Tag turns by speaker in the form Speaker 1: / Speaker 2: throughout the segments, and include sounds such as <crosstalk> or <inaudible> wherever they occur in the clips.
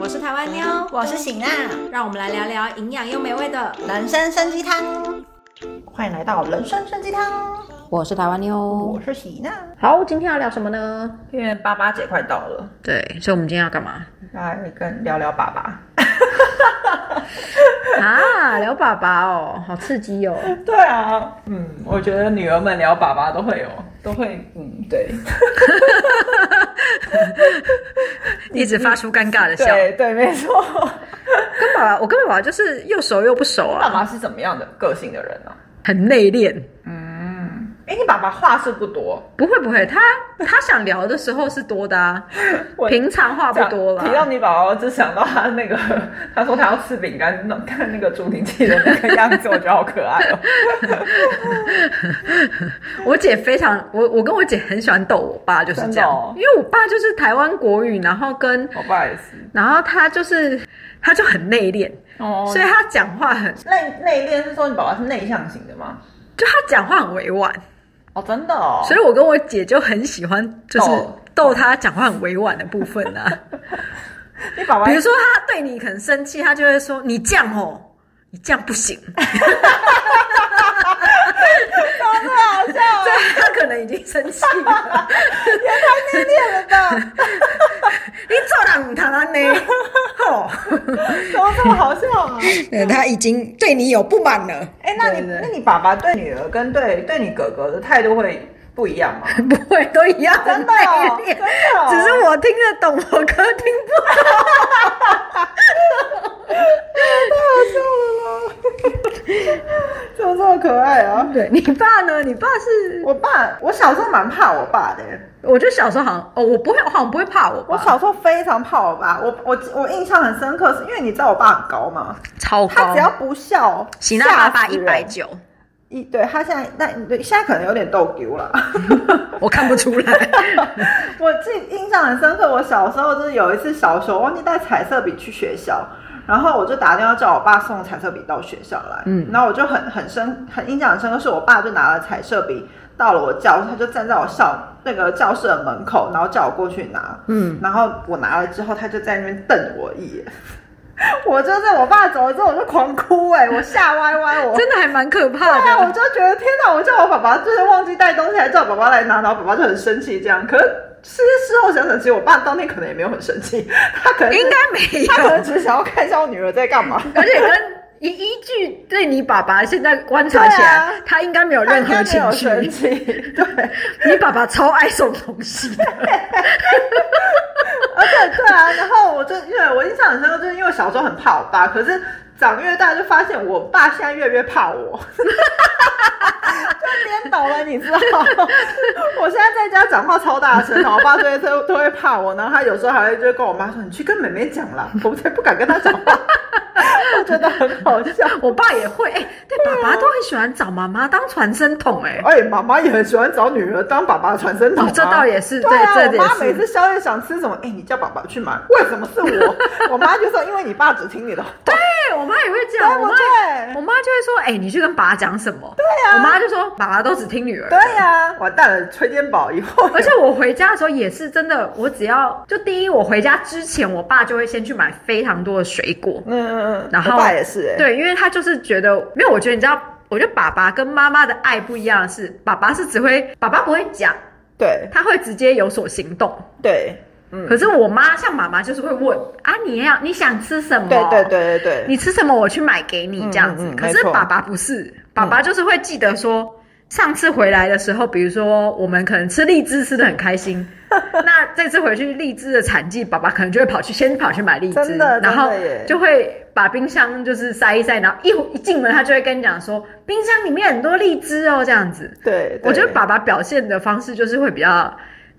Speaker 1: 我是台啊湾妞，
Speaker 2: 我是醒娜，
Speaker 1: 让我们来聊聊营养又美味的。
Speaker 2: 人参参鸡汤，欢迎来到人参参鸡汤，
Speaker 1: 我是台湾妞
Speaker 2: 我，是喜娜。
Speaker 1: 好，今天要聊什么呢？
Speaker 2: 因为爸爸节快到了，
Speaker 1: 对，所以我们今天要干嘛
Speaker 2: 来跟聊聊爸爸。
Speaker 1: <laughs> 啊？聊爸爸哦，好刺激哦！
Speaker 2: 对啊，嗯，我觉得女儿们聊爸爸都会有，都会，嗯，对，
Speaker 1: 一直发出尴尬的笑。
Speaker 2: 对对，没错。
Speaker 1: 跟爸爸，我跟爸爸就是又熟又不熟
Speaker 2: 爸
Speaker 1: 啊，
Speaker 2: 爸是怎么样的个性的人呢、
Speaker 1: 很内敛。
Speaker 2: 哎，你爸爸话是不多，
Speaker 1: 不会不会，他他想聊的时候是多的、 <laughs> 啊，
Speaker 2: 我
Speaker 1: 平常话不多
Speaker 2: 提到
Speaker 1: 啦。
Speaker 2: 你宝宝，就想到他那个， <laughs> 他说他要吃饼干，那看那个助听器的那个样子，我觉得好可爱 <laughs> 哦。
Speaker 1: 我姐非常，我我跟我姐很喜欢逗我爸，就是这样，
Speaker 2: 真的哦
Speaker 1: 因为我爸就是台湾国语，然后跟
Speaker 2: 我爸也是，
Speaker 1: 然后他就是他就很内敛，
Speaker 2: 哦
Speaker 1: 所以他讲话很，
Speaker 2: 内内敛是说你爸爸是内向型的吗？
Speaker 1: 就他讲话很委婉，
Speaker 2: 哦，真的哦。
Speaker 1: 所以我跟我姐就很喜欢，就是
Speaker 2: 逗
Speaker 1: 逗他讲话很委婉的部分啊。
Speaker 2: 你爸爸
Speaker 1: 比如说他对你很生气，他就会说你这样哦，你这样不行。 <laughs>
Speaker 2: 真的好笑 <laughs> 哦，
Speaker 1: 对他可能已经生气了，
Speaker 2: 太内敛了吧？
Speaker 1: 你做哪五堂啊呢？哦，
Speaker 2: 怎么这么好笑啊？
Speaker 1: 他已经对你有不满了，
Speaker 2: 哎，那你
Speaker 1: 对对
Speaker 2: 那你爸爸对女儿跟对对你哥哥的态度会不
Speaker 1: <laughs>
Speaker 2: 一样吗？
Speaker 1: 不会都一样，
Speaker 2: 真的哦
Speaker 1: 很内
Speaker 2: 真
Speaker 1: 敛
Speaker 2: 的哦
Speaker 1: 只是我听得懂，我哥听不懂。
Speaker 2: 怎么这么可爱 <laughs> 啊？
Speaker 1: 对你爸呢？你爸是
Speaker 2: 我爸，我小时候蛮怕我爸的耶，
Speaker 1: 我就小时候好像哦，我不会，我好像不会怕我爸，
Speaker 2: 我小时候非常怕我爸。我我我印象很深刻，是因为你知道我爸很高吗？
Speaker 1: 超
Speaker 2: 他只要不笑，
Speaker 1: 哦喜娜爸爸
Speaker 2: 吓死
Speaker 1: 一
Speaker 2: 人
Speaker 1: 百九，
Speaker 2: 一对他现在那对现在可能有点逗丢了。 <laughs>
Speaker 1: 我看不出来。
Speaker 2: 我自己印象很深刻，我小时候就是有一次小学，我忘记带彩色笔去学校，然后我就打电话叫我爸送彩色笔到学校来。
Speaker 1: 嗯
Speaker 2: 然后我就很很深很印象很深刻，是我爸就拿了彩色笔到了我教室，他就站在我校那个教室的门口，然后叫我过去拿。
Speaker 1: 嗯，
Speaker 2: 然后我拿了之后，他就在那边瞪我一眼。 <laughs> 我就在我爸走了之后，我就狂哭哎、我吓歪歪
Speaker 1: <laughs>
Speaker 2: 我。
Speaker 1: 真的还蛮可怕
Speaker 2: 对啊，我
Speaker 1: 的。
Speaker 2: 就觉得天哪！我叫我爸爸就是忘记带东西，还叫我爸爸来拿，然后爸爸就很生气这样。可是事事后想想，其实我爸当天可能也没有很生气，他可能
Speaker 1: 应该没
Speaker 2: 他可
Speaker 1: 有，
Speaker 2: 能只是想要看一下我女儿在干嘛。
Speaker 1: 而且跟依依据对你爸爸现在观察起来，
Speaker 2: 对啊
Speaker 1: 他应该没有任何情
Speaker 2: 他
Speaker 1: 绪
Speaker 2: 应该。没有生气，对。
Speaker 1: 你爸爸超爱送东西的，
Speaker 2: 而且对啊，然后我就因为我印象很深刻，就是因为我小时候很怕我爸，可是长越大就发现我爸现在越来越怕我， <laughs> 就颠倒了，你知道吗？ <laughs> 我现在在家讲话超大声，然后我爸都会都都会怕我，然后他有时候还会就跟我妈说：“你去跟妹妹讲啦。”我才不敢跟他讲话， <laughs> 我觉得很好笑。
Speaker 1: 我爸也会。哎、对，爸爸都很喜欢找妈妈当传声筒、哎、
Speaker 2: 哎，妈妈也很喜欢找女儿当爸爸的传声筒啊、
Speaker 1: 哦这倒也是
Speaker 2: 对
Speaker 1: 对
Speaker 2: 啊，
Speaker 1: 这也是
Speaker 2: 我妈每次宵夜想吃什么，哎，你叫爸爸去买，为什么是我？ <laughs> 我妈就说，因为你爸只听你的话。
Speaker 1: 对我妈也会这样，
Speaker 2: <laughs>
Speaker 1: 我
Speaker 2: 对
Speaker 1: 妈
Speaker 2: 不对
Speaker 1: 我妈就会说，哎、你去跟爸爸讲什么？对呀、我妈就说，爸爸都只听女儿。
Speaker 2: 对呀、 <laughs> 完蛋了，崔天宝以 <laughs> 后
Speaker 1: 而且我回家的时候也是真的，我只要就第一，我回家之前，我爸就会先去买非常多的水果。
Speaker 2: 嗯嗯嗯，
Speaker 1: 然后
Speaker 2: 我爸也是哎、欸，
Speaker 1: 对，因为他就是觉得，没有，我觉得你知道，我觉得爸爸跟妈妈的爱不一样的是，爸爸是只会，爸爸不会讲，
Speaker 2: 对
Speaker 1: 他会直接有所行动。
Speaker 2: 哎对，嗯，
Speaker 1: 可是我妈像妈妈就是会问啊，你要你想吃什么？
Speaker 2: 对对对对对，
Speaker 1: 你吃什么我去买给你
Speaker 2: 嗯
Speaker 1: 这样子。
Speaker 2: 嗯嗯
Speaker 1: 可
Speaker 2: 没
Speaker 1: 是
Speaker 2: 错嗯
Speaker 1: 爸爸不是，爸爸就是会记得说，上次回来的时候，比如说我们可能吃荔枝吃的很开
Speaker 2: <laughs>
Speaker 1: 心，那这次回去荔枝的产季，爸爸可能就会跑去先跑去买荔枝，
Speaker 2: 真的
Speaker 1: 然后
Speaker 2: 真的耶
Speaker 1: 就会把冰箱就是塞一塞，然后一一进门他就会跟你讲说，冰箱里面很多荔枝哦这样子。
Speaker 2: 对，对
Speaker 1: 我觉得爸爸表现的方式就是会比较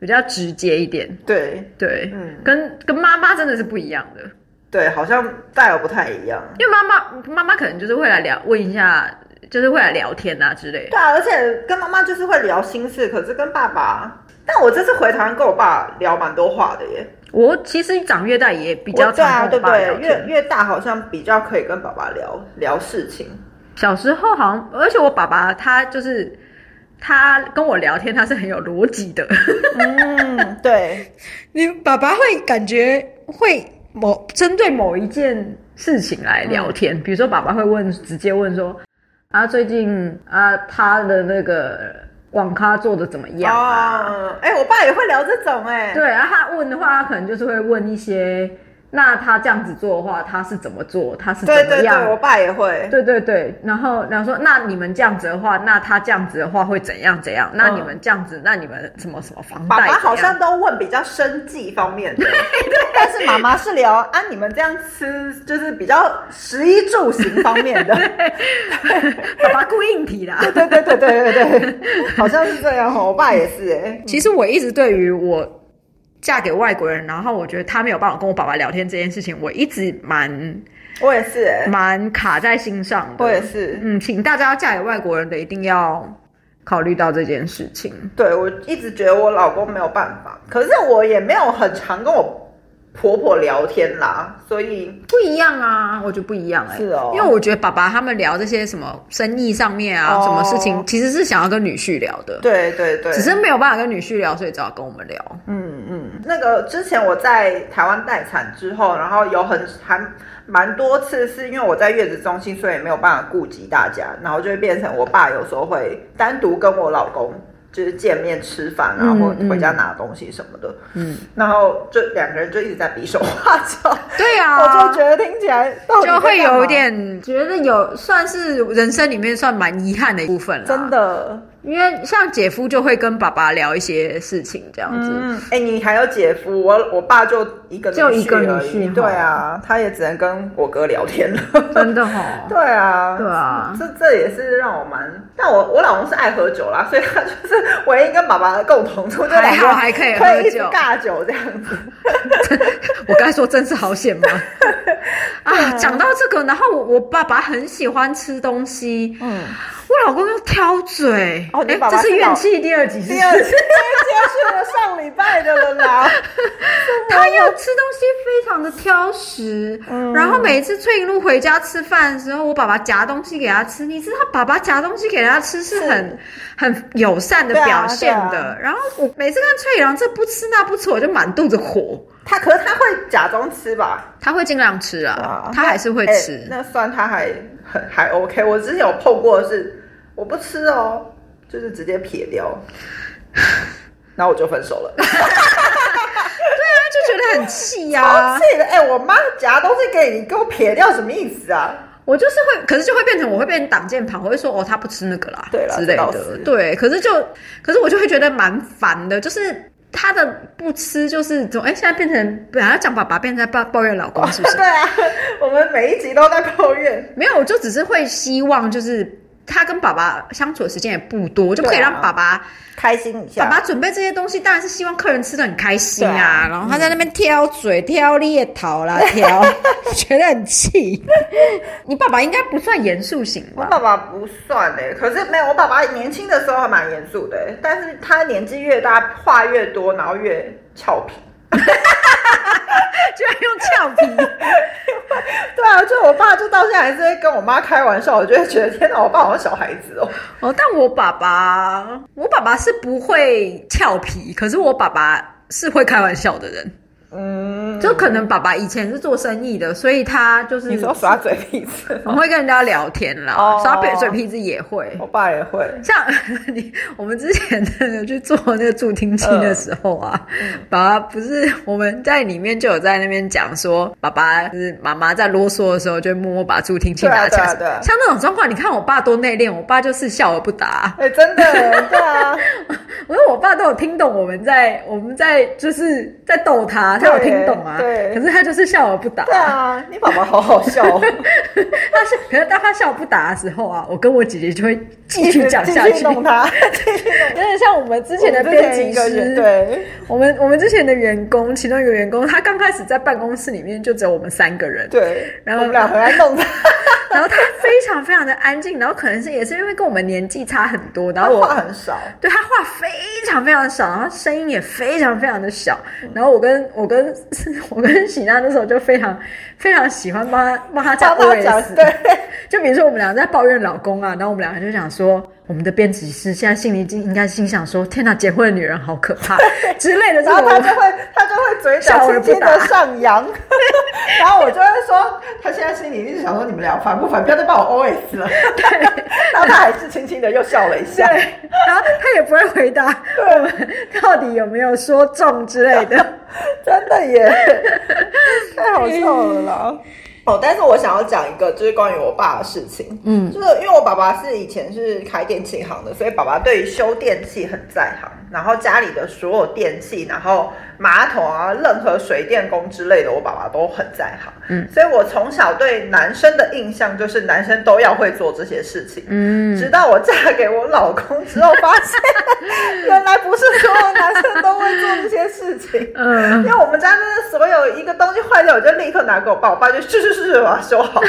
Speaker 1: 比较直接一点，
Speaker 2: 对
Speaker 1: 对，
Speaker 2: 嗯
Speaker 1: 跟跟妈妈真的是不一样的。
Speaker 2: 对，好像带有不太一样。
Speaker 1: 因为妈妈妈妈可能就是会来聊问一下，就是会来聊天啊之类的。
Speaker 2: 对啊，而且跟妈妈就是会聊心事，可是跟爸爸，但我这次回台湾跟我爸聊蛮多话的耶，
Speaker 1: 我其实长越大也比较
Speaker 2: 我对啊，
Speaker 1: 常跟
Speaker 2: 对
Speaker 1: 我
Speaker 2: 不
Speaker 1: 爸聊
Speaker 2: 对？越
Speaker 1: 天。
Speaker 2: 越大好像比较可以跟爸爸聊聊事情，
Speaker 1: 小时候好像，而且我爸爸他就是他跟我聊天，他是很有逻辑的。
Speaker 2: 嗯，对，
Speaker 1: <laughs> 你爸爸会感觉会某针对某一件事情来聊天，比如说爸爸会问，直接问说啊，最近啊他的那个网咖做的怎么样啊？
Speaker 2: 哦，哎、我爸也会聊这种、哎，
Speaker 1: 对，然后他问的话，他可能就是会问一些，那他这样子做的话，他是怎么做，他是怎
Speaker 2: 对对
Speaker 1: 么
Speaker 2: 对，
Speaker 1: 样？
Speaker 2: 我爸也会，
Speaker 1: 对对对，然后然后说，那你们这样子的话，那他这样子的话会怎样怎样？那你们这样子，那你们什么什么房贷
Speaker 2: 嗯爸
Speaker 1: 怎
Speaker 2: 爸
Speaker 1: 样？
Speaker 2: 好像都问比较生计方面的， <laughs> 但是妈妈是聊啊，你们这样吃就是比较食衣住行方面
Speaker 1: <laughs>
Speaker 2: 的，
Speaker 1: 爸爸故意硬啊皮啦。
Speaker 2: 对对对对对对，好像是这样哦，我爸也是哎，
Speaker 1: <laughs> 其实我一直对于我嫁给外国人，然后我觉得他没有办法跟我爸爸聊天这件事情，我一直蛮
Speaker 2: 我也是哎，
Speaker 1: 蛮卡在心上的。
Speaker 2: 我也是，
Speaker 1: 嗯，请大家要嫁给外国人的一定要考虑到这件事情。
Speaker 2: 对我一直觉得我老公没有办法，可是我也没有很常跟我婆婆聊天啦，所以
Speaker 1: 不一样啊，我觉得不一样哎、
Speaker 2: 是哦
Speaker 1: 因为我觉得爸爸他们聊这些什么生意上面啊，
Speaker 2: 哦
Speaker 1: 什么事情，其实是想要跟女婿聊的，
Speaker 2: 对对对，
Speaker 1: 只是没有办法跟女婿聊，所以只好跟我们聊。
Speaker 2: 嗯嗯，那个之前我在台湾待产之后，然后有很还蛮多次，是因为我在月子中心，所以没有办法顾及大家，然后就会变成我爸有时候会单独跟我老公就是见面吃饭啊，
Speaker 1: 嗯
Speaker 2: 或
Speaker 1: 嗯
Speaker 2: 回家拿东西什么的，
Speaker 1: 嗯，
Speaker 2: 然后就两个人就一直在比手画脚，
Speaker 1: <laughs> 对啊，
Speaker 2: 我就觉得听起来到底在
Speaker 1: 就会
Speaker 2: 干嘛
Speaker 1: 有点觉得有算是人生里面算蛮遗憾的一部分了，
Speaker 2: 真。的，
Speaker 1: 因为像姐夫就会跟爸爸聊一些事情这样子，
Speaker 2: 嗯，哎、你还有姐夫，我我爸就一个
Speaker 1: 就一个
Speaker 2: 女
Speaker 1: 女
Speaker 2: 而已
Speaker 1: 婿哈
Speaker 2: 对啊，他也只能跟我哥聊天了，
Speaker 1: 真的哈、
Speaker 2: <laughs> 对啊，
Speaker 1: 对啊
Speaker 2: 这这也是让我蛮……但我我老公是爱喝酒啦，所以他就是唯一跟爸爸的共同处，就
Speaker 1: 还好
Speaker 2: 两个人
Speaker 1: 还可以喝
Speaker 2: 可以一直
Speaker 1: 酒
Speaker 2: 尬酒这样子。
Speaker 1: 我刚才说真是好险
Speaker 2: <laughs>
Speaker 1: 吗？啊，讲到这个，然后我我爸爸很喜欢吃东西，
Speaker 2: 嗯，
Speaker 1: 我老公又挑嘴，
Speaker 2: 哦你
Speaker 1: 哎
Speaker 2: 爸爸
Speaker 1: 这
Speaker 2: 是
Speaker 1: 是
Speaker 2: 老
Speaker 1: 怨气第二集是不
Speaker 2: <laughs> 第二
Speaker 1: 是？
Speaker 2: 次接续了上礼拜的了啦。
Speaker 1: 他又吃东西非常的挑食，
Speaker 2: 嗯
Speaker 1: 然后每一次翠云露回家吃饭的时候，我爸爸夹东西给他吃，你知道爸爸夹东西给他吃是很很友善的
Speaker 2: 对啊
Speaker 1: 表现
Speaker 2: 对
Speaker 1: 的。
Speaker 2: 啊
Speaker 1: 然后我每次看翠阳这不吃那不吃，我就满肚子火。
Speaker 2: 他可是他会假装吃吧？
Speaker 1: 他会尽量吃啊
Speaker 2: 啊，，
Speaker 1: 他还是会
Speaker 2: 哎
Speaker 1: 吃。
Speaker 2: 那算他还很还 OK。我之前有碰过的是，我不吃哦，就是直接撇掉，
Speaker 1: <laughs>
Speaker 2: 然后我就分手了。
Speaker 1: 对啊，就觉得很气呀、
Speaker 2: 好气的！哎、我妈夹东西给你，你给我撇掉什么意思啊？
Speaker 1: 我就是会，可是就会变成我会变挡箭牌，我会说哦，他不吃那个啦，
Speaker 2: 对啦
Speaker 1: 之类
Speaker 2: 这倒
Speaker 1: 的
Speaker 2: 是，
Speaker 1: 对。可是就，可是我就会觉得蛮烦的，就是他的不吃，就是总哎，现在变成本来要讲爸爸，变成在抱抱怨老
Speaker 2: <laughs>
Speaker 1: 公，是不是
Speaker 2: 对？啊，我们每一集都在抱怨。
Speaker 1: 没有，我就只是会希望就是。他跟爸爸相处的时间也不多，就不可以
Speaker 2: 对啊
Speaker 1: 让爸爸、
Speaker 2: 开心一下。
Speaker 1: 爸爸准备这些东西，当然是希望客人吃的很开心
Speaker 2: 对
Speaker 1: 啊。
Speaker 2: 啊
Speaker 1: 然后他在那边挑嘴、挑猎头啦，挑， <laughs> 我觉得很
Speaker 2: <laughs>
Speaker 1: 气。你爸爸应该不算严肃型
Speaker 2: 我
Speaker 1: 吧？
Speaker 2: 爸爸不算哎、可是没有，我爸爸年轻的时候还蛮严肃的、欸，但是他年纪越大，话越多，然后越俏皮。
Speaker 1: 居然用俏皮。
Speaker 2: <laughs> 对啊，就我爸就到现在还是会跟我妈开玩笑，我就会觉得天哪，我爸好像小孩子哦、
Speaker 1: 哦，但我爸爸，我爸爸是不会俏皮，可是我爸爸是会开玩笑的人。
Speaker 2: 嗯，
Speaker 1: 就可能爸爸以前是做生意的，所以他就是
Speaker 2: 你说耍嘴皮子，
Speaker 1: 很会跟人家聊天啦，
Speaker 2: 哦
Speaker 1: 耍嘴嘴皮子也会。
Speaker 2: 我爸也会。
Speaker 1: 像你，我们之前那个去做那个助听器的时候啊，
Speaker 2: 嗯
Speaker 1: 爸爸不是我们在里面就有在那边讲说，爸爸就是妈妈在啰嗦的时候，就会默默把助听器
Speaker 2: 对啊
Speaker 1: 拿起来。
Speaker 2: 对啊对啊
Speaker 1: 像那种状况，你看我爸多内敛，我爸就是笑而不答。啊
Speaker 2: 哎、真的欸，对啊，
Speaker 1: 我说我爸都有听懂我们在我们在就是在逗他，他有听懂啊，
Speaker 2: 对
Speaker 1: 可是他就是笑而不答。
Speaker 2: 对啊，你爸爸好好笑、 <laughs> 哦。
Speaker 1: 他是，可是当他笑不答的时候啊，我跟我姐姐就会继续讲下
Speaker 2: 继 <laughs>
Speaker 1: 去
Speaker 2: 续。弄他，继续
Speaker 1: 有点像我们之前的
Speaker 2: <laughs> 我们之
Speaker 1: 编
Speaker 2: 前
Speaker 1: 辑
Speaker 2: 一个
Speaker 1: 师，
Speaker 2: 人，对，
Speaker 1: 我们我们之前的员工，其中一个员工，他刚开始在办公室里面就只有我们三个人，
Speaker 2: 对，
Speaker 1: 然后
Speaker 2: 我们俩回来弄他，
Speaker 1: 然后他非常非常的安静，然后可能是也是因为跟我们年纪差很多，然
Speaker 2: 他
Speaker 1: 后 <laughs> 我
Speaker 2: 话很少，
Speaker 1: 对他话非常非常少，然后声音也非常非常的小。然后我跟我我跟 <laughs> 我跟喜娜那时候就非常非常喜欢帮她帮她讲
Speaker 2: 帮他讲
Speaker 1: OS， <laughs>
Speaker 2: 对，
Speaker 1: 就比如说我们俩在抱怨老公啊，然后我们两个就想说，我们的编辑师现在心里应应该心想说，天哪，结婚的女人好可怕之类的这
Speaker 2: 然后他
Speaker 1: 种。
Speaker 2: 就会他就会嘴
Speaker 1: 笑
Speaker 2: 角
Speaker 1: 而
Speaker 2: 轻
Speaker 1: 不
Speaker 2: 轻
Speaker 1: 答
Speaker 2: 的上扬， <laughs> 然后我就会说，他现在心里一直想说你们俩烦不烦，不要再帮我 OS 了。 <laughs> 然后他还是轻轻的又笑了一
Speaker 1: 对
Speaker 2: 下。，
Speaker 1: 然后他也不会回答我们到底有没有说中之类的。
Speaker 2: <laughs> 真的耶， <laughs> 太好笑了啦！哦，但是我想要讲一个，就是关于我爸的事情。
Speaker 1: 嗯
Speaker 2: 就是因为我爸爸是以前是开电器行的，所以爸爸对于修电器很在行。然后家里的所有电器，然后马桶啊，任何水电工之类的，我爸爸都很在行。
Speaker 1: 嗯，
Speaker 2: 所以我从小对男生的印象就是男生都要会做这些事情。
Speaker 1: 嗯，
Speaker 2: 直到我嫁给我老公之后，发现 <laughs> 原来不是所有男生都会做这些事情。因
Speaker 1: 嗯，
Speaker 2: 为我们家真的所有一个东西坏掉，我就立刻拿给我爸，我爸就去去去去把它修
Speaker 1: <laughs>
Speaker 2: 好。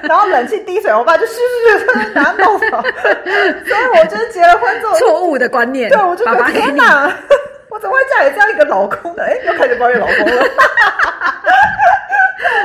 Speaker 2: 然后冷气滴水，我爸就去去去去拿
Speaker 1: <laughs>
Speaker 2: 弄好。所以我觉得结了婚之后，
Speaker 1: 错误的观念，
Speaker 2: 对我就
Speaker 1: 爸
Speaker 2: 觉
Speaker 1: 爸
Speaker 2: 得
Speaker 1: 给
Speaker 2: 天
Speaker 1: 你。
Speaker 2: 哪， <laughs> 我怎么会嫁给这样一个老公呢？哎，又开始抱怨老公了。 <laughs> 怎么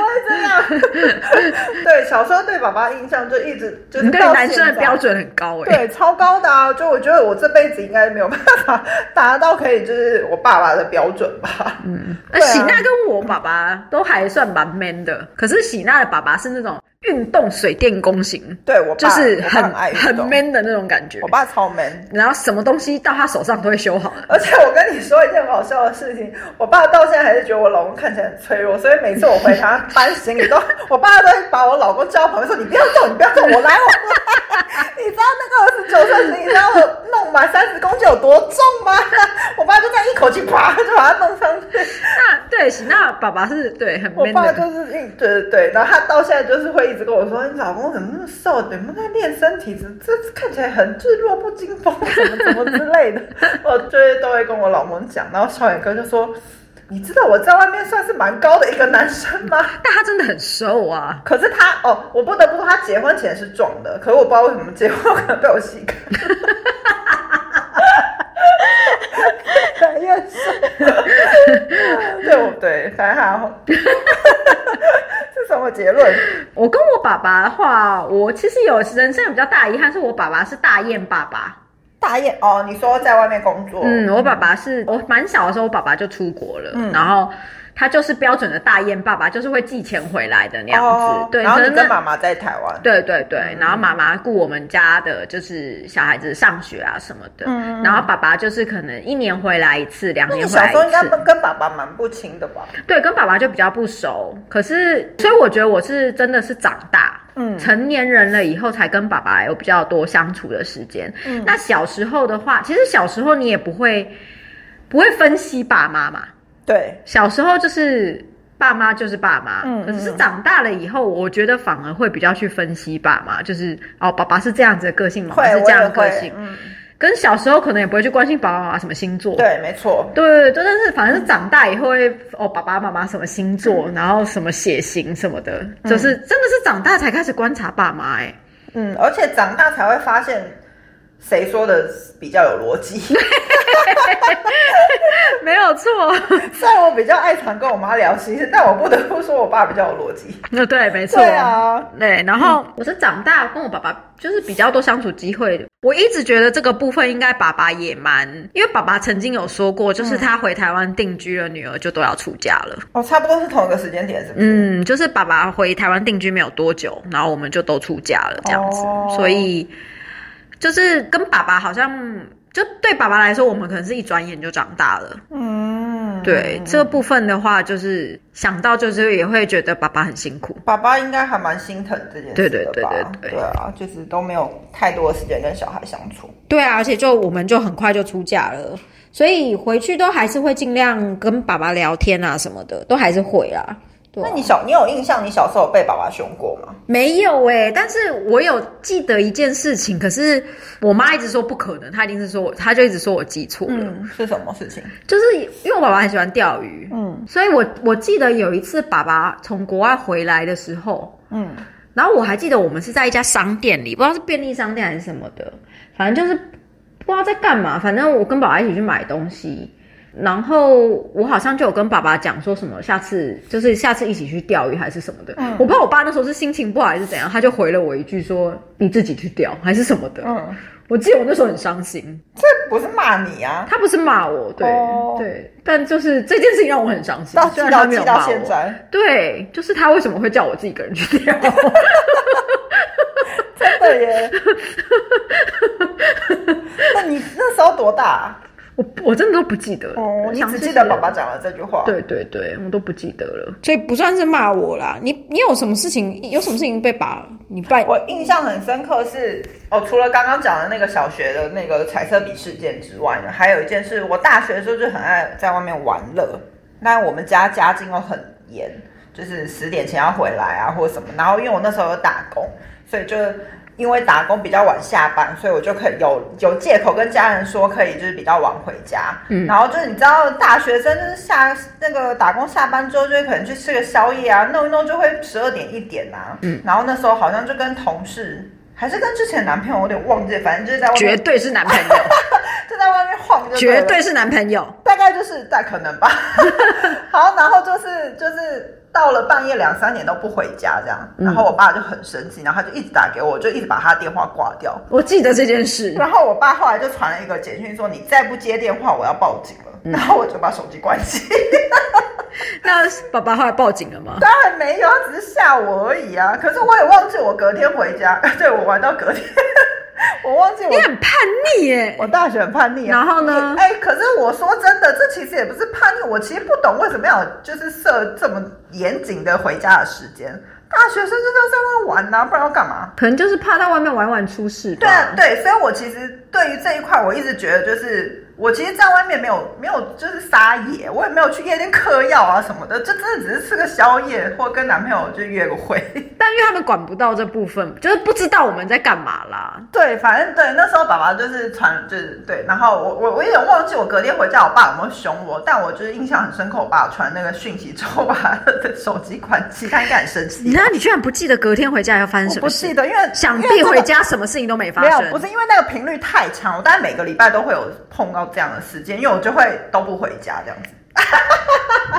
Speaker 2: 会这
Speaker 1: <laughs>
Speaker 2: 样？对，小时候对爸爸印象就一直就是
Speaker 1: 你对
Speaker 2: 到
Speaker 1: 男
Speaker 2: 现
Speaker 1: 生的
Speaker 2: 在
Speaker 1: 标准很高哎、
Speaker 2: 对，超高的啊！就我觉得我这辈子应该没有办法达到可以就是我爸爸的标准吧。嗯，
Speaker 1: 那
Speaker 2: 对啊
Speaker 1: 喜娜跟我爸爸都还算蛮 man 的，可是喜娜的爸爸是那种运动水电工型，
Speaker 2: 对我爸
Speaker 1: 就是
Speaker 2: 我爸
Speaker 1: 很
Speaker 2: 很爱运
Speaker 1: 很
Speaker 2: 动
Speaker 1: man 的那种感觉
Speaker 2: 我。爸超 man。
Speaker 1: 然后什么东西到他手上都会修好，
Speaker 2: 而且我跟你说一件很好笑的事情，我爸到现在还是觉得我老公看起来很脆弱，所以每次我回他搬行李都， <laughs> 我爸都会把我老公叫到旁边说：“你不要动，你不要动，我来，我来。”你知道那个二十九岁行李让我弄满三十公斤有多重吗？ <laughs> 我爸就这样一口气啪就把它弄上去。
Speaker 1: 那对喜娜爸爸是对很
Speaker 2: 我
Speaker 1: man 的，
Speaker 2: 爸就是运，对对对，然后他到现在就是会一直跟我说：“你老公怎么那么瘦？怎么在练身体？这这看起来很就是弱不禁风，什么什么之类的。” <laughs> 我就是都会跟我老公讲，然后小远哥就说：“你知道我在外面算是蛮高的一个男生吗？”
Speaker 1: 但他真的很瘦啊，
Speaker 2: 可是他哦，我不得不说，他结婚前是壮的，可是我不知道为什么结婚可能被我吸干。
Speaker 1: 哎
Speaker 2: 越瘦， <laughs> 对我对，反正还好。 <laughs> 是什么结论？
Speaker 1: 我跟我爸爸的话，我其实有人生有比较大的遗憾，是我爸爸是大雁爸爸。
Speaker 2: 大雁哦，你说在外面工作，
Speaker 1: 嗯，我爸爸是我蛮小的时候，我爸爸就出国了，
Speaker 2: 嗯
Speaker 1: 然后他就是标准的大雁爸爸，就是会寄钱回来的那样子。
Speaker 2: 哦，
Speaker 1: 对，
Speaker 2: 然后
Speaker 1: 可
Speaker 2: 你
Speaker 1: 能
Speaker 2: 跟
Speaker 1: 那
Speaker 2: 妈妈在台湾，
Speaker 1: 对对
Speaker 2: 嗯
Speaker 1: 对，然后妈妈顾我们家的就是小孩子上学啊什么的，
Speaker 2: 嗯
Speaker 1: 然后爸爸就是可能一年回来一次，两
Speaker 2: 那你
Speaker 1: 年回
Speaker 2: 小
Speaker 1: 来一
Speaker 2: 时候应该
Speaker 1: 次。
Speaker 2: 跟跟爸爸蛮不亲的吧？
Speaker 1: 对，跟爸爸就比较不熟，可是所以我觉得我是真的是长大，
Speaker 2: 嗯
Speaker 1: 成年人了以后才跟爸爸有比较多相处的时间。
Speaker 2: 嗯
Speaker 1: 那小时候的话，其实小时候你也不会不会分析爸妈嘛，
Speaker 2: 对，
Speaker 1: 小时候就是爸妈就是爸妈，
Speaker 2: 嗯
Speaker 1: 可是
Speaker 2: 嗯
Speaker 1: 长大了以后，我觉得反而会比较去分析爸妈，就是哦，爸爸是这样子的个性，妈
Speaker 2: 会
Speaker 1: 妈哦是
Speaker 2: 我
Speaker 1: 这样
Speaker 2: 也
Speaker 1: 的个
Speaker 2: 会
Speaker 1: 性，，
Speaker 2: 嗯，
Speaker 1: 跟小时候可能也不会去关心爸爸妈妈什么星座，
Speaker 2: 对，没错，
Speaker 1: 对对对，但是反正是长大以后会哦，爸爸妈妈什么星座，
Speaker 2: 嗯
Speaker 1: 然后什么血型什么的，就是真的是长大才开始观察爸妈
Speaker 2: <laughs>
Speaker 1: 哎、
Speaker 2: 嗯，而且长大才会发现谁说的比较有逻辑。 <laughs>
Speaker 1: 没有错，
Speaker 2: 虽然我比较爱常跟我妈聊心事，但我不得不说我爸比较有逻辑。
Speaker 1: 那 <laughs> 对，没错，
Speaker 2: 对啊，
Speaker 1: 对，然后嗯我是长大跟我爸爸就是比较多相处机会的。我一直觉得这个部分应该爸爸也蛮，因为爸爸曾经有说过，
Speaker 2: 嗯
Speaker 1: 就是他回台湾定居了，女儿就都要出嫁了。
Speaker 2: 哦，差不多是同一个时间点，是不是？
Speaker 1: 嗯，就是爸爸回台湾定居没有多久，然后我们就都出嫁了这样子，
Speaker 2: 哦
Speaker 1: 所以就是跟爸爸好像就对爸爸来说，我们可能是一转眼就长大了。
Speaker 2: 嗯，
Speaker 1: 对、这部分的话，就是想到就是也会觉得爸爸很辛苦。
Speaker 2: 爸爸应该还蛮心疼这件事的吧？
Speaker 1: 对对对对对
Speaker 2: 对啊，就是都没有太多的时间跟小孩相处。
Speaker 1: 对啊，而且就我们就很快就出嫁了，所以回去都还是会尽量跟爸爸聊天啊什么的，都还是会啦。对啊、
Speaker 2: 那你小，你有印象你小时候有被爸爸凶过吗？
Speaker 1: 没有诶、但是我有记得一件事情，可是我妈一直说不可能，她一定是说我，她就一直说我记错了，
Speaker 2: 嗯，是什么事情？
Speaker 1: 就是因为我爸爸很喜欢钓鱼，
Speaker 2: 嗯
Speaker 1: 所以我我记得有一次爸爸从国外回来的时候，
Speaker 2: 嗯，
Speaker 1: 然后我还记得我们是在一家商店里，不知道是便利商店还是什么的，反正就是不知道在干嘛。反正我跟爸爸一起去买东西，然后我好像就有跟爸爸讲说什么，下次就是下次一起去钓鱼还是什么的。
Speaker 2: 嗯
Speaker 1: 我不知道我爸那时候是心情不好还是怎样，他就回了我一句说你自己去钓还是什么的。
Speaker 2: 嗯，
Speaker 1: 我记得我那时候很伤心，
Speaker 2: 这不是骂你啊，
Speaker 1: 他不是骂我，对、
Speaker 2: 哦
Speaker 1: 对，但就是这件事情让我很伤心
Speaker 2: 到，
Speaker 1: 虽然
Speaker 2: 记到
Speaker 1: 他没
Speaker 2: 记
Speaker 1: 有
Speaker 2: 到
Speaker 1: 骂我
Speaker 2: 现。在，
Speaker 1: 对，就是他为什么会叫我自己一个人去
Speaker 2: <laughs>
Speaker 1: 钓？ <laughs>
Speaker 2: 嗯真的耶。 <laughs> 那你那时候多大啊、
Speaker 1: 我我真的都不记得了。
Speaker 2: 哦，你
Speaker 1: 想
Speaker 2: 只
Speaker 1: 起
Speaker 2: 记得
Speaker 1: 是
Speaker 2: 爸爸讲了这句话。，
Speaker 1: 对对对，我都不记得了。
Speaker 3: 所以不算是骂我啦。你你有什么事情？有什么事情被把你拜？
Speaker 2: 我印象很深刻是哦，除了刚刚讲的那个小学的那个彩色笔事件之外呢，还有一件事，我大学的时候就很爱在外面玩乐。那我们家家境又很严，就是十点前要回来啊，或者什么。然后因为我那时候有打工，所以就因为打工比较晚下班，所以我就可以有有借口跟家人说可以就是比较晚回家。
Speaker 1: 嗯
Speaker 2: 然后就是你知道大学生就是下那个打工下班之后，就会可能去吃个宵夜啊，弄一弄就会十二点一点啊。
Speaker 1: 嗯
Speaker 2: 然后那时候好像就跟同事。还是跟之前男朋友，我有点忘记，反正就是在外
Speaker 1: 绝
Speaker 2: 面，
Speaker 1: 对是男朋友，
Speaker 2: 就在外面晃就
Speaker 1: 绝
Speaker 2: 了
Speaker 1: 对是男朋友。
Speaker 2: 大概就是大可能吧。好，然后就是就是到了半夜两三点都不回家这样，然后我爸就很生气，然后他就一直打给我，我就一直把他电话挂掉。
Speaker 1: 我记得这件事，
Speaker 2: 然后我爸后来就传了一个简讯说：“你再不接电话，我要报警了。然后我就把手机关机，
Speaker 1: 那爸爸后来报警了吗？
Speaker 2: 当然没有，他只是吓我而已啊。可是我也忘记我隔天回家， <laughs> 对我玩到隔天， <laughs> 我忘记我
Speaker 1: 你很叛逆耶！
Speaker 2: 我大学很叛逆、啊，
Speaker 1: 然后呢
Speaker 2: 哎、可是我说真的，这其实也不是叛逆，我其实不懂为什么要就是设这么严谨的回家的时间。大学生就是要在外面玩呐、啊不然要干嘛？
Speaker 1: 可能就是怕到外面玩玩出事吧。
Speaker 2: 对啊，对，所以我其实对于这一块，我一直觉得就是我其实在外面没有没有就是撒野，我也没有去夜店嗑药啊什么的，就真的只是吃个宵夜或跟男朋友就约个会。
Speaker 1: 但因为他们管不到这部分，就是不知道我们在干嘛啦。
Speaker 2: 对，反正对，那时候爸爸就是传，就是对，然后我我我有点忘记我隔天回家我爸有没有凶我，但我就是印象很深刻，我爸有传那个讯息之后，把他的手机关机，他应该很生气。
Speaker 1: 然后你居然不记得隔天回家要发生
Speaker 2: 我
Speaker 1: 什
Speaker 2: 不
Speaker 1: 么事？
Speaker 2: 记得，因为
Speaker 1: 想
Speaker 2: 因为
Speaker 1: 必
Speaker 2: 这个
Speaker 1: 回家什么事情都没发
Speaker 2: 没有，
Speaker 1: 生。
Speaker 2: 不是因为那个频率太长，我大概每个礼拜都会有碰到这样的事件，因为我就会都不回家这样子。 <laughs>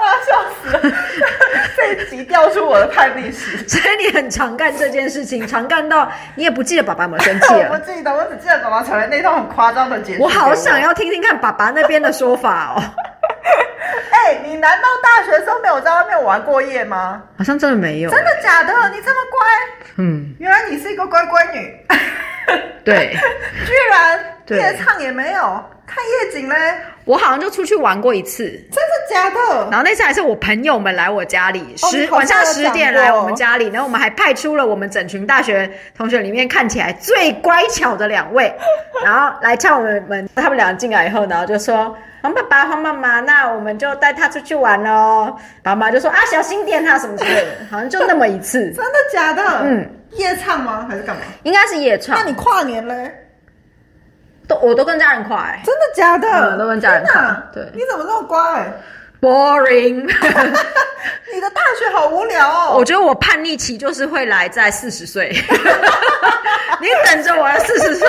Speaker 2: 我要笑死了， <laughs> 这一集调出我的叛逆
Speaker 1: <laughs>
Speaker 2: 史。
Speaker 1: 所以你很常干这件事情，常干到你也不记得爸爸有没有生气 <laughs>
Speaker 2: 我
Speaker 1: 了。
Speaker 2: 不记得，我只记得爸爸传来那段很夸张的解释。
Speaker 1: 我好想要听听看爸爸那边的说法哦，
Speaker 2: <laughs> 哎、你难道大学生没有在外面玩过夜吗？
Speaker 1: 好像真的没有。
Speaker 2: 真的假的？你这么乖，
Speaker 1: 嗯，
Speaker 2: 原来你是一个乖乖女， <laughs>
Speaker 1: 对，
Speaker 2: 居然
Speaker 1: 对
Speaker 2: 夜唱也没有，看夜景嘞，
Speaker 1: <laughs> 我好像就出去玩过一次，
Speaker 2: 真的假的？
Speaker 1: 然后那次还是我朋友们来我家里，
Speaker 2: 哦
Speaker 1: 十、
Speaker 2: 你好像
Speaker 1: 晚上
Speaker 2: 有
Speaker 1: 十
Speaker 2: 讲
Speaker 1: 点
Speaker 2: 过
Speaker 1: 来我们家里，然后我们还派出了我们整群大学同学里面看起来最乖巧的两位，然后来叫我们门。他们俩进来以后，然后就说：“黄爸爸、黄妈妈，那我们就带他出去玩喽。”爸妈就说：“啊，小心点啊，什么之类的。”好像就那么一次，
Speaker 2: 真的假的？
Speaker 1: 嗯，
Speaker 2: 夜唱吗？还是干嘛？
Speaker 1: <laughs> 应该是夜唱
Speaker 2: 那。你跨年嘞？
Speaker 1: 都我都跟家人跨、欸、
Speaker 2: 真的假的？
Speaker 1: 嗯都跟家人
Speaker 2: 天哪
Speaker 1: 看对
Speaker 2: 你怎么那么乖？
Speaker 1: ，boring。 <laughs>
Speaker 2: 你的大学好无聊哦。
Speaker 1: 我觉得我叛逆期就是会来在四十岁， <laughs> 你等着我的四十岁，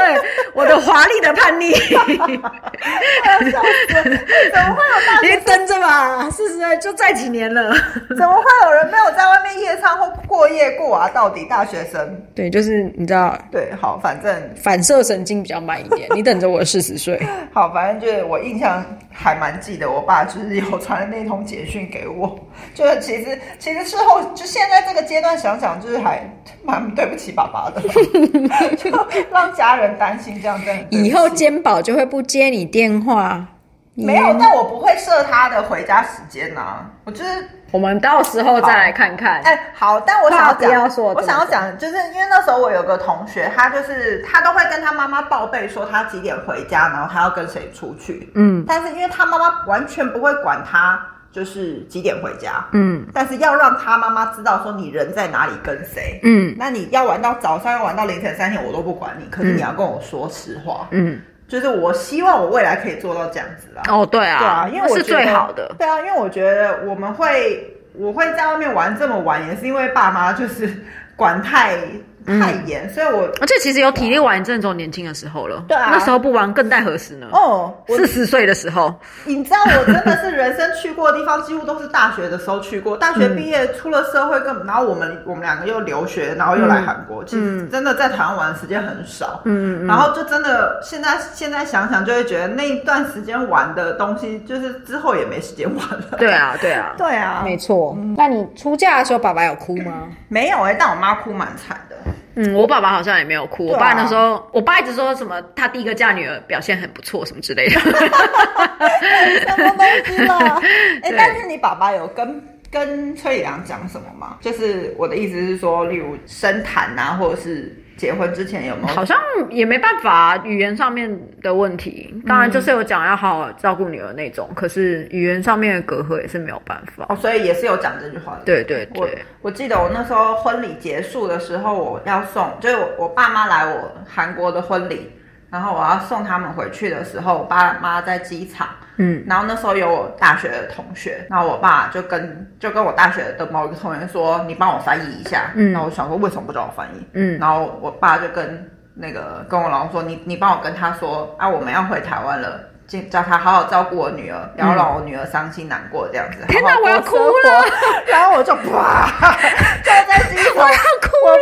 Speaker 1: 我的华丽的叛逆，
Speaker 2: 我要笑死了怎么会有大？
Speaker 1: 你等着吧，四十岁就再几年了。
Speaker 2: 怎么会有人没有在外面夜唱或过夜过啊？到底大学生？
Speaker 3: 对，就是你知道，
Speaker 2: 对，好，反正
Speaker 3: 反射神经比较慢一点。你等着我四十
Speaker 2: <laughs>
Speaker 3: 岁，
Speaker 2: 好，反正就是我印象还蛮记得，我爸就是有传那通简讯给我，就是其实其实事后就现在这个阶段想想，就是还蛮对不起爸爸的， <laughs> 就让家人担心这样真的对不起。
Speaker 3: 以后肩膀就会不接你电话。
Speaker 2: 没有，但我不会设他的回家时间呐、我就是
Speaker 1: 我们到时候再来看看。
Speaker 2: 哎、好，但我想
Speaker 1: 爸
Speaker 2: 要
Speaker 1: 不要
Speaker 2: 讲，
Speaker 1: 说我
Speaker 2: 我
Speaker 1: 这么
Speaker 2: 想要
Speaker 1: 说
Speaker 2: 讲，就是因为那时候我有个同学，他就是他都会跟他妈妈报备说他几点回家，然后他要跟谁出去，
Speaker 1: 嗯
Speaker 2: 但是因为他妈妈完全不会管他，就是几点回家，
Speaker 1: 嗯
Speaker 2: 但是要让他妈妈知道说你人在哪里跟谁。
Speaker 1: 嗯
Speaker 2: 那你要玩到早上，要玩到凌晨三点，我都不管你。可是你要跟我说实话，
Speaker 1: 嗯，
Speaker 2: 就是我希望我未来可以做到这样子啦。
Speaker 1: 哦对啊，
Speaker 2: 对啊，因为我
Speaker 1: 是
Speaker 2: 觉得
Speaker 1: 最好的。
Speaker 2: 对啊，因为我觉得我们会我会在外面玩这么晚，也是因为爸妈就是管太
Speaker 1: 嗯
Speaker 2: 太严，所以我
Speaker 1: 而且哦其实有体力玩，真的只有年轻的时候了。
Speaker 2: 对啊
Speaker 1: 那时候不玩更待何时呢？
Speaker 2: 哦，我
Speaker 1: 四十岁的时候，
Speaker 2: 你知道我真的是人生去过的地方，几乎都是大学的时候去过。大学毕业出了社会，根本，然后我们我们两个又留学，然后又来韩国，其实真的在台湾玩的时间很少。
Speaker 1: 嗯嗯
Speaker 2: 然后就真的现在现在想想，就会觉得那一段时间玩的东西，就是之后也没时间玩了。
Speaker 1: 对啊对啊，
Speaker 2: 对啊，
Speaker 3: 没错。那你出嫁的时候，爸爸有哭吗？
Speaker 2: 没有哎、但我妈哭蛮惨的。
Speaker 1: 嗯，我爸爸好像也没有哭，我
Speaker 2: 对啊
Speaker 1: 爸那时候，我爸一直说什么他第一个嫁女儿表现很不错什么之类 <laughs> 的，
Speaker 2: 什么东西
Speaker 1: <laughs>
Speaker 2: 啦？哎、
Speaker 1: 对
Speaker 2: 但是你爸爸有跟跟崔宇良讲什么吗？就是我的意思是说，例如深谈啊，或者是结婚之前有没有
Speaker 1: 好？像也没办法，啊语言上面的问题，当然就是有讲要好好照顾女儿那种，可是语言上面的隔阂也是没有办法。
Speaker 2: 哦，所以也是有讲这句话的。
Speaker 1: 对对
Speaker 2: 我
Speaker 1: 对，
Speaker 2: 我记得我那时候婚礼结束的时候，我要送，就是我我爸妈来我韩国的婚礼，然后我要送他们回去的时候，我爸妈在机场，
Speaker 1: 嗯，
Speaker 2: 然后那时候有我大学的同学，然后我爸就跟就跟我大学的某一个同学说：“你帮我翻译一下。”
Speaker 1: 嗯
Speaker 2: 然后我想说为什么不找我翻译？
Speaker 1: 嗯
Speaker 2: 然后我爸就跟那个跟我老公说：“你你帮我跟他说啊，我们要回台湾了。”请叫他好好照顾我女儿，不要让我女儿伤心难过这样子。
Speaker 1: 嗯天哪
Speaker 2: 哪，
Speaker 1: 我要哭了！
Speaker 2: <laughs> 然后我就
Speaker 1: <laughs>
Speaker 2: 啪，就在机场，我
Speaker 1: 哭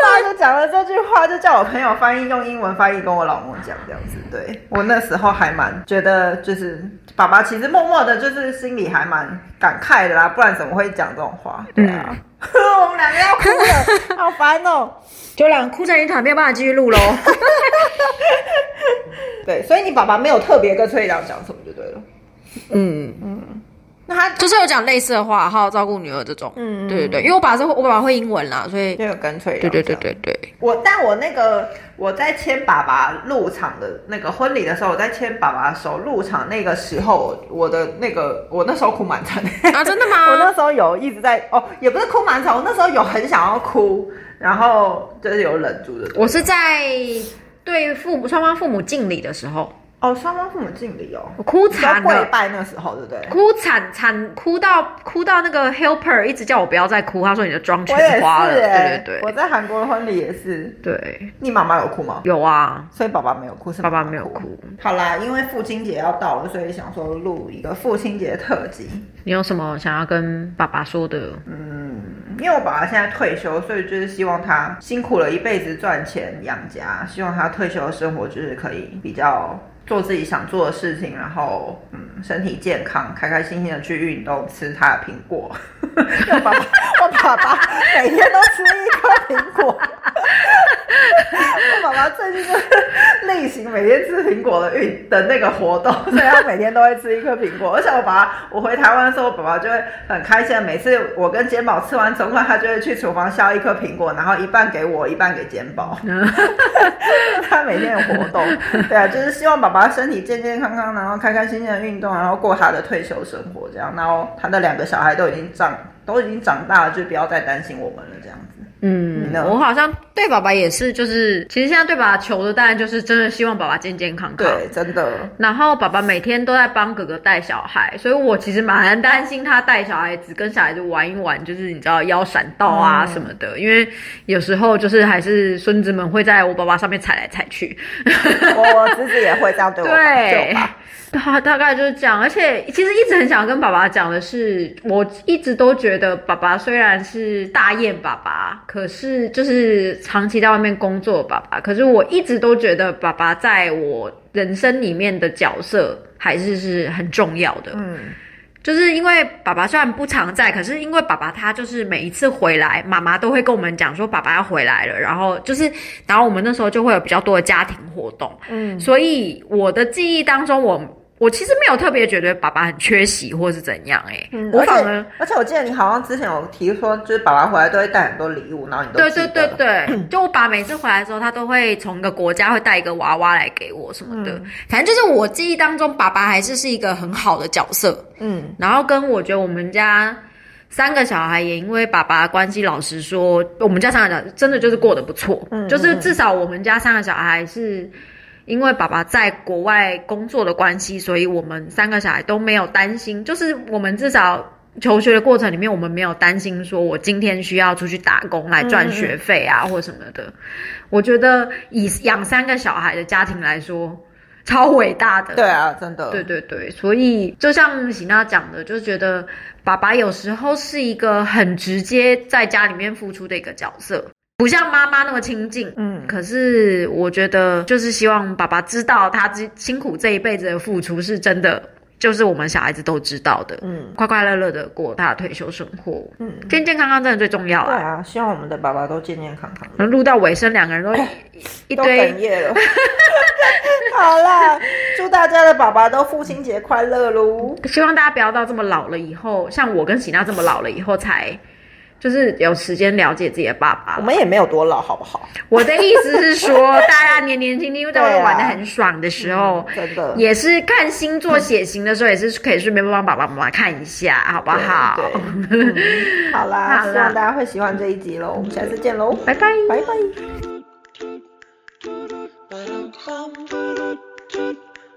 Speaker 2: 爸就讲了这句话，就叫我朋友翻译，用英文翻译跟我老公讲这样子。对我那时候还蛮觉得，就是爸爸其实默默的，就是心里还蛮感慨的啦，不然怎么会讲这种话？对啊，
Speaker 1: 嗯
Speaker 2: <laughs> 我们两个要哭了，好烦哦。
Speaker 1: 就让哭成一团，没有办法继续录喽。 <laughs>
Speaker 2: 对，所以你爸爸没有特别跟崔良讲什么就对了。
Speaker 3: 嗯，
Speaker 2: 那他
Speaker 3: 就是有讲类似的话，好好照顾女儿这种。嗯，对对对，因为我爸是我爸爸会英文啦，所以
Speaker 2: 没有跟崔良
Speaker 3: 对
Speaker 2: 讲
Speaker 3: 对对对对，
Speaker 2: 我但我那个我在签爸爸入场的那个婚礼的时候，我在签爸爸的手入场那个时候，我的那个我那时候哭满
Speaker 1: <laughs>
Speaker 2: 场
Speaker 3: 啊真的
Speaker 2: 我
Speaker 3: 吗
Speaker 2: 那时候有一直在哦，也不是哭满场，我那时候有很想要哭，然后就是有忍住的。
Speaker 1: 我是在对父母双方父母敬礼的时候，
Speaker 2: 哦，双方父母敬礼哦，
Speaker 1: 我哭
Speaker 2: 比较
Speaker 1: 惨
Speaker 2: 跪
Speaker 1: 了。
Speaker 2: 拜那时候，对不对？
Speaker 1: 哭惨惨，哭到哭到那个 helper 一直叫我不要再哭，他说你的妆
Speaker 2: 我也
Speaker 1: 全
Speaker 2: 是
Speaker 1: 花了，
Speaker 2: 哎、
Speaker 1: 对对
Speaker 2: 我
Speaker 1: 对
Speaker 2: 在韩国的婚礼也是。
Speaker 1: 对，
Speaker 2: 你妈妈有哭吗？
Speaker 1: 有啊，
Speaker 2: 所以爸爸没有哭，是
Speaker 1: 爸
Speaker 2: 妈
Speaker 1: 爸
Speaker 2: 妈
Speaker 1: 没有。哭。
Speaker 2: 好啦，因为父亲节要到了，所以想说录一个父亲节特辑。
Speaker 1: 你有什么想要跟爸爸说的？
Speaker 2: 嗯因为我爸爸现在退休，所以就是希望他辛苦了一辈子赚钱养家，希望他退休的生活就是可以比较做自己想做的事情，然后嗯，身体健康，开开心心的去运动，吃他的苹果。因为 <laughs> 我爸爸，我爸爸每天都吃一颗苹果。 <laughs> 我爸爸最近就是例行每天吃苹果的运的那个活动， <laughs> 所以他每天都会吃一颗苹果。而且我爸爸，我回台湾的时候，我爸爸就会很开心。每次我跟简宝吃完中饭，他就会去厨房削一颗苹果，然后一半给我，一半给简 <laughs> 宝。他每天有活动，对啊，就是希望爸爸身体健健康康，然后开开心心的运动，然后过他的退休生活这样。然后他的两个小孩都已经长都已经长大了，就不要再担心我们了这样子。
Speaker 1: 嗯
Speaker 2: 你呢
Speaker 1: 我好像对爸爸也是，就是其实现在对爸爸求的当然就是真的希望爸爸健健康康。
Speaker 2: 对，真的。
Speaker 1: 然后爸爸每天都在帮哥哥带小孩，所以我其实蛮担心他带小孩子跟小孩子玩一玩，就是你知道腰闪到啊什么的，因为有时候就是还是孙子们会在我爸爸上面踩来踩去。
Speaker 2: 我我侄子也会这样对我爸，对
Speaker 1: 对 <laughs>
Speaker 2: 我爸。，
Speaker 1: 大大概就是这样。而且其实一直很想跟爸爸讲的是，我一直都觉得爸爸虽然是大雁爸爸，可是就是长期在外面工作的爸爸，可是我一直都觉得爸爸在我人生里面的角色还是是很重要的。
Speaker 2: 嗯，
Speaker 1: 就是因为爸爸虽然不常在，可是因为爸爸他就是每一次回来，妈妈都会跟我们讲说爸爸要回来了，然后就是，然后我们那时候就会有比较多的家庭活动，嗯，所以我的记忆当中我，我其实没有特别觉得爸爸很缺席或是怎样、欸，哎、我
Speaker 2: 而
Speaker 1: 反而
Speaker 2: 且嗯而且我记得你好像之前有提说，就是爸爸回来都会带很多礼物，然后你都
Speaker 1: 对
Speaker 2: 记
Speaker 1: 对
Speaker 2: 得
Speaker 1: 对对，
Speaker 2: <clears throat>
Speaker 1: 就我爸每次回来的时候，他都会从一个国家会带一个娃娃来给我什么的，
Speaker 2: 嗯
Speaker 3: 反正就是我记忆当中，爸爸还是是一个很好的角色。
Speaker 2: 嗯，
Speaker 1: 然后跟我觉得我们家三个小孩也因为爸爸的关系，老实说，我们家三个小孩真的就是过得不错，就是至少我们家三个小孩是。因为爸爸在国外工作的关系，所以我们三个小孩都没有担心，就是我们至少求学的过程里面，我们没有担心说我今天需要出去打工来赚学费啊，或什么的。我觉得以养三个小孩的家庭来说，超伟大的。
Speaker 2: 对啊，真的，
Speaker 1: 对对对，所以就像喜娜讲的，就是觉得爸爸有时候是一个很直接在家里面付出的一个角色，不像妈妈那么亲近。
Speaker 2: 嗯，
Speaker 1: 可是我觉得，就是希望爸爸知道他之辛苦这一辈子的付出是真的，就是我们小孩子都知道的。
Speaker 2: 嗯
Speaker 1: 快快乐乐的过他的退休生活，
Speaker 2: 嗯，
Speaker 1: 健健康康真的最重要
Speaker 2: 对
Speaker 1: 啦。
Speaker 2: 啊，希望我们的爸爸都健健康康的。
Speaker 1: 然后录到尾声，两个人都一
Speaker 2: 哎都
Speaker 1: 堆
Speaker 2: 哽
Speaker 1: <laughs>
Speaker 2: 咽了，好啦，祝大家的爸爸都父亲节快乐喽！
Speaker 1: 希望大家不要到这么老了以后，像我跟喜娜这么老了以后才，就是有时间了解自己的爸爸
Speaker 2: 我
Speaker 1: 了。
Speaker 2: 们也没有多老，好不好？
Speaker 1: 我的意思是说，大家年年轻轻，大家玩的很爽的时候，
Speaker 2: 真的，
Speaker 1: 也是看星座血型的时候，也是可以顺便帮爸爸妈妈看一下，好不好？
Speaker 2: 对，嗯好啦，
Speaker 1: <laughs> 好啦
Speaker 2: 希望大家会喜欢这一集喽，我们下次见喽，
Speaker 1: 拜拜。
Speaker 2: 拜拜。